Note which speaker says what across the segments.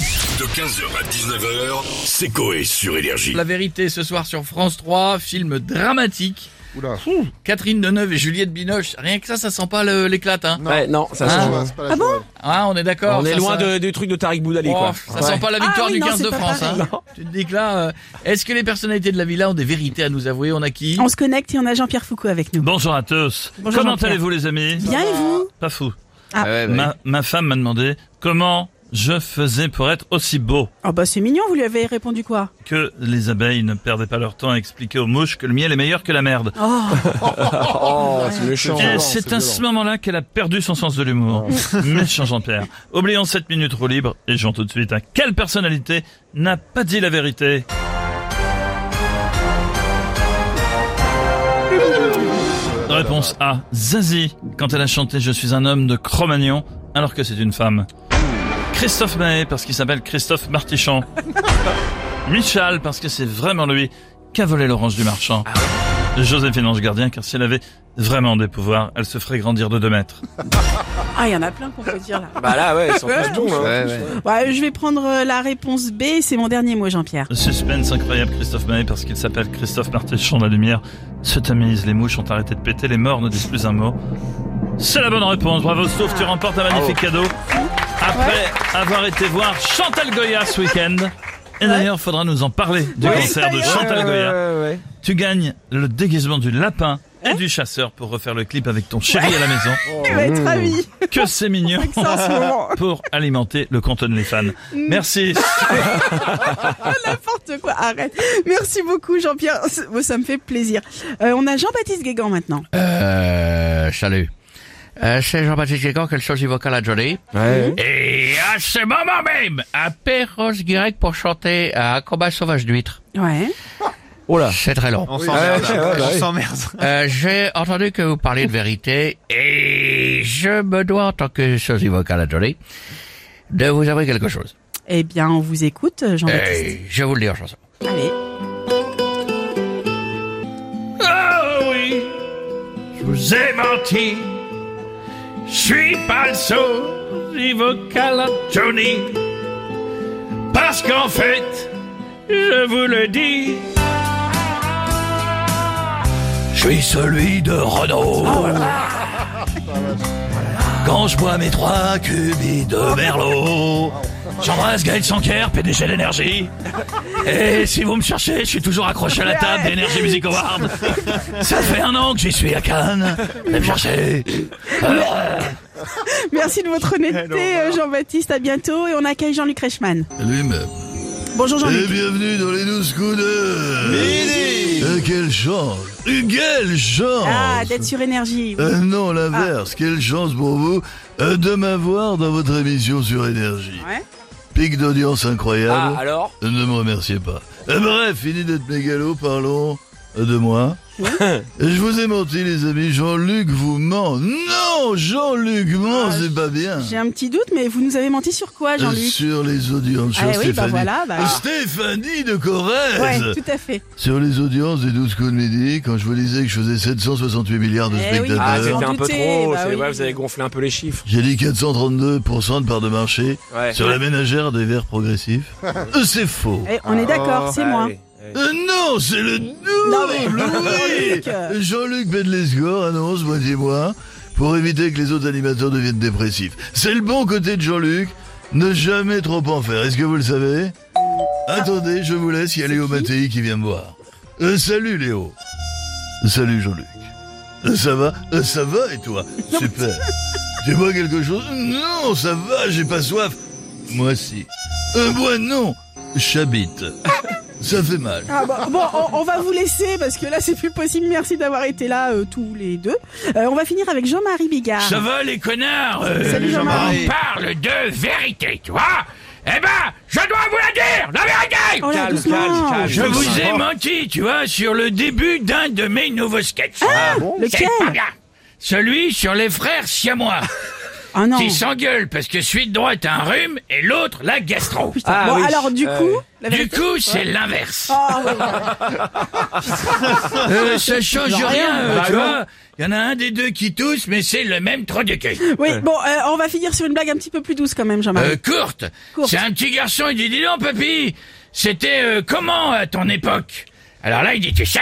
Speaker 1: De 15h à 19h, c'est Coé sur Énergie.
Speaker 2: La vérité ce soir sur France 3, film dramatique.
Speaker 3: Oula.
Speaker 2: Ouh, Catherine Deneuve et Juliette Binoche, rien que ça, ça sent pas le- l'éclate. Hein.
Speaker 4: Ouais, non, ça
Speaker 2: Ah.
Speaker 4: change.
Speaker 3: Ouais, c'est pas la joie.
Speaker 2: Ah, on est d'accord.
Speaker 4: On est
Speaker 2: ça,
Speaker 4: loin
Speaker 2: ça-
Speaker 4: de- du truc de Tariq Boudali,
Speaker 2: Oh,
Speaker 4: quoi.
Speaker 2: ça sent pas la victoire
Speaker 5: Ah oui,
Speaker 2: du
Speaker 5: non,
Speaker 2: 15 de
Speaker 5: c'est pas
Speaker 2: France.
Speaker 5: pareil.
Speaker 2: hein. Tu te dis que là, euh, est-ce que les personnalités de la villa ont des vérités à nous avouer On a qui
Speaker 5: On se connecte et on a Jean-Pierre Foucault avec nous.
Speaker 6: Bonjour à tous.
Speaker 5: Bonjour,
Speaker 6: comment
Speaker 5: Jean-Pierre.
Speaker 6: allez-vous les amis
Speaker 5: Bien et vous
Speaker 6: Pas fou.
Speaker 5: Ah.
Speaker 2: ouais, ouais.
Speaker 6: Ma, ma femme m'a demandé comment je faisais pour être aussi beau
Speaker 5: Oh bah c'est mignon, vous lui avez répondu quoi
Speaker 6: que les abeilles ne perdaient pas leur temps à expliquer aux mouches que le miel est meilleur que la merde.
Speaker 5: Oh,
Speaker 4: Oh, c'est méchant.
Speaker 6: Et
Speaker 3: violent,
Speaker 6: Eh, c'est
Speaker 3: c'est
Speaker 6: à
Speaker 3: violent.
Speaker 6: ce moment-là qu'elle a perdu son sens de l'humour. Méchant Jean-Pierre. Oublions cette minute roue libre et j'en tout de suite à quelle personnalité n'a pas dit la vérité Réponse A. Zazie, quand elle a chanté Je suis un homme de Cro-Magnon, alors que c'est une femme. Christophe Maé, parce qu'il s'appelle Christophe Martichon. Michal, parce que c'est vraiment lui qu'a volé l'orange du marchand. Joséphine Ange Gardien, car si elle avait vraiment des pouvoirs, elle se ferait grandir de 2 mètres.
Speaker 5: ah il y en a plein qu'on peut dire là.
Speaker 4: Bah là, ouais, ils sont tous bons, hein.
Speaker 5: Ouais, je vais prendre euh, la réponse B, c'est mon dernier mot Jean-Pierre.
Speaker 6: Suspense incroyable, Christophe Maé, parce qu'il s'appelle Christophe Martichon de la Lumière, se tamise, les mouches ont arrêté de péter, les morts ne disent plus un mot. C'est la bonne réponse, bravo Sauf, tu remportes un magnifique cadeau. Après avoir été voir Chantal Goya ce week-end, et d'ailleurs, faudra nous en parler du
Speaker 4: Oui,
Speaker 6: concert de
Speaker 4: Ouais,
Speaker 6: Chantal Goya.
Speaker 4: ouais, ouais, ouais.
Speaker 6: Tu gagnes le déguisement du lapin et du chasseur pour refaire le clip avec ton chéri à la maison.
Speaker 5: Oh. Il va être ravi
Speaker 6: Que c'est mignon
Speaker 5: avec ça en ce moment.
Speaker 6: pour alimenter le canton les fans. Merci.
Speaker 5: N'importe quoi, arrête. Merci beaucoup Jean-Pierre, Oh, ça me fait plaisir. Euh, on a Jean-Baptiste Guégan maintenant.
Speaker 2: Euh, salut. Euh, c'est Jean-Baptiste Guégan, quelle chose évoque la Johnny.
Speaker 4: Ouais.
Speaker 2: Et à ce moment même, à Perros Guirec pour chanter un combat sauvage d'huîtres.
Speaker 5: Ouais.
Speaker 4: Oh là.
Speaker 2: C'est très long.
Speaker 3: On s'emmerde.
Speaker 4: Ouais, ouais, ouais,
Speaker 3: on
Speaker 4: ouais.
Speaker 3: s'emmerde.
Speaker 2: Euh, J'ai entendu que vous parliez de vérité et je me dois, en tant que sosie vocale à Johnny, de vous avouer quelque chose.
Speaker 5: Eh bien on vous écoute euh, Jean-Baptiste.
Speaker 2: Et je vous le dis en chanson.
Speaker 5: Allez.
Speaker 2: Ah oui, je vous ai menti. Je suis pas le saut, vocal à Johnny. Parce qu'en fait, je vous le dis. Je suis celui de Renault. Quand je bois mes trois cubis de Merlot, j'embrasse Gaël Sanker, PDG d'énergie. Et si vous me cherchez, je suis toujours accroché à la table d'Energy Music Award. Ça fait un an que j'y suis à Cannes. Venez me chercher.
Speaker 5: Merci de votre honnêteté euh, Jean-Baptiste, à bientôt et on accueille Jean-Luc Reichmann.
Speaker 2: Salut,
Speaker 5: Bonjour Jean-Luc.
Speaker 7: bienvenue dans les 12 coups de... Euh, quelle chance Euh, Quelle chance
Speaker 5: Ah, d'être sur énergie.
Speaker 7: Euh, Non, l'inverse. Quelle chance pour vous euh, de m'avoir dans votre émission sur Énergie.
Speaker 5: Ouais.
Speaker 7: Pic d'audience incroyable.
Speaker 4: Ah, alors
Speaker 7: Euh, Ne me remerciez pas. Euh, bref, fini d'être mégalo, parlons euh, de moi. Je vous ai menti, les amis. Jean-Luc vous ment. Non, Jean-Luc ment,
Speaker 5: Ah,
Speaker 7: c'est pas bien.
Speaker 5: J'ai un petit doute, mais vous nous avez menti sur quoi,
Speaker 7: Euh,
Speaker 5: Jean-Luc
Speaker 7: Sur les audiences, sur
Speaker 5: Ah oui,
Speaker 7: Stéphanie.
Speaker 5: bah voilà, bah.
Speaker 7: Euh, Stéphanie de Corrèze
Speaker 5: Ouais, tout à fait.
Speaker 7: Sur les audiences des 12 coups de midi, quand je vous disais que je faisais 768 milliards de
Speaker 5: Eh oui.
Speaker 4: Ah,
Speaker 5: Euh,
Speaker 7: spectateurs,
Speaker 4: c'était
Speaker 5: j'en
Speaker 4: un peu
Speaker 5: doutais,
Speaker 4: trop.
Speaker 5: bah
Speaker 4: c'est-
Speaker 5: oui.
Speaker 4: ouais, vous avez gonflé un peu les chiffres.
Speaker 7: j'ai dit 432% de part de marché
Speaker 4: Ouais.
Speaker 7: sur la ménagère des verts progressifs. Euh, c'est faux.
Speaker 5: Eh, on est d'accord, c'est
Speaker 4: Ah, oh,
Speaker 5: moi.
Speaker 4: Ouais, ouais.
Speaker 7: Euh, non, c'est le double,
Speaker 5: Jean-Luc, euh,
Speaker 7: oui Jean-Luc Bedlesgore annonce moitié-moi pour éviter que les autres animateurs deviennent dépressifs. C'est le bon côté de Jean-Luc, ne jamais trop en faire. Est-ce que vous le savez Attendez, je vous laisse y aller au Mattei qui vient me voir. Euh, salut Léo. Salut Jean-Luc. Euh, Ça va Euh, Ça va et toi Super. Tu bois quelque chose Non, ça va, j'ai pas soif. Moi si. Euh, moi non, j'habite. Ça fait mal.
Speaker 5: Ah, bon, bon, on, on va vous laisser parce que là, c'est plus possible. Merci d'avoir été là euh, tous les deux. Euh, on va finir avec Jean-Marie Bigard.
Speaker 2: Ça va, les connards euh,
Speaker 5: Salut, Jean-Marie.
Speaker 2: On parle de vérité, tu vois Eh ben, je dois vous la dire, la vérité
Speaker 5: Oh là,
Speaker 4: Calme,
Speaker 5: doucement.
Speaker 4: calme, calme.
Speaker 2: Je vous ai menti, tu vois, sur le début d'un de
Speaker 1: Ah,
Speaker 2: mes nouveaux sketchs.
Speaker 5: Lequel
Speaker 2: C'est pas bien. Celui sur les frères siamois.
Speaker 5: Ah non.
Speaker 1: qui s'engueulent parce que celui de droite a un rhume et l'autre la gastro.
Speaker 5: Putain.
Speaker 4: Ah
Speaker 5: bon,
Speaker 4: oui.
Speaker 5: alors du
Speaker 4: Euh,
Speaker 5: coup, la
Speaker 1: Du
Speaker 5: vérité-
Speaker 1: coup, c'est l'inverse.
Speaker 5: Ah, ouais, ouais.
Speaker 1: Euh, ça change
Speaker 5: Genre
Speaker 1: rien,
Speaker 5: rien.
Speaker 1: euh,
Speaker 4: Bah
Speaker 1: tu
Speaker 4: non.
Speaker 1: vois. Il y en a un des deux qui tousse, mais c'est le même trou de cul.
Speaker 5: Oui, bon, euh, on va finir sur une blague un petit peu plus douce quand même, Jean-Marie.
Speaker 1: Euh, courte.
Speaker 5: Courte.
Speaker 1: C'est un petit garçon, il dit, dis donc, papy, c'était euh, comment à ton époque Alors là, il dit, tu sais,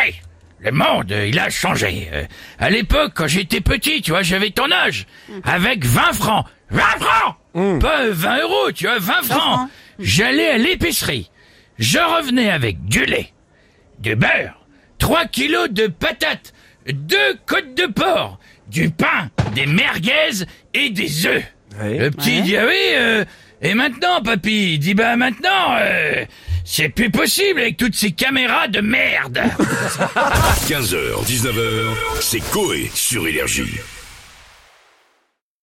Speaker 1: le monde, euh, il a changé. Euh, à l'époque, quand j'étais petit, tu vois, j'avais ton âge, avec 20 francs. 20 francs Pas euh, 20 euros, tu vois, 20, francs.
Speaker 5: francs.
Speaker 1: J'allais à l'épicerie. Je revenais avec du lait, du beurre, 3 kilos de patates, deux côtes de porc, du pain, des merguez et des œufs. Le petit
Speaker 5: Ouais.
Speaker 1: dit ah oui euh, et maintenant papy il dit bah maintenant euh, c'est plus possible avec toutes ces caméras de merde.
Speaker 8: 15h, 19h, c'est Coé sur Énergie.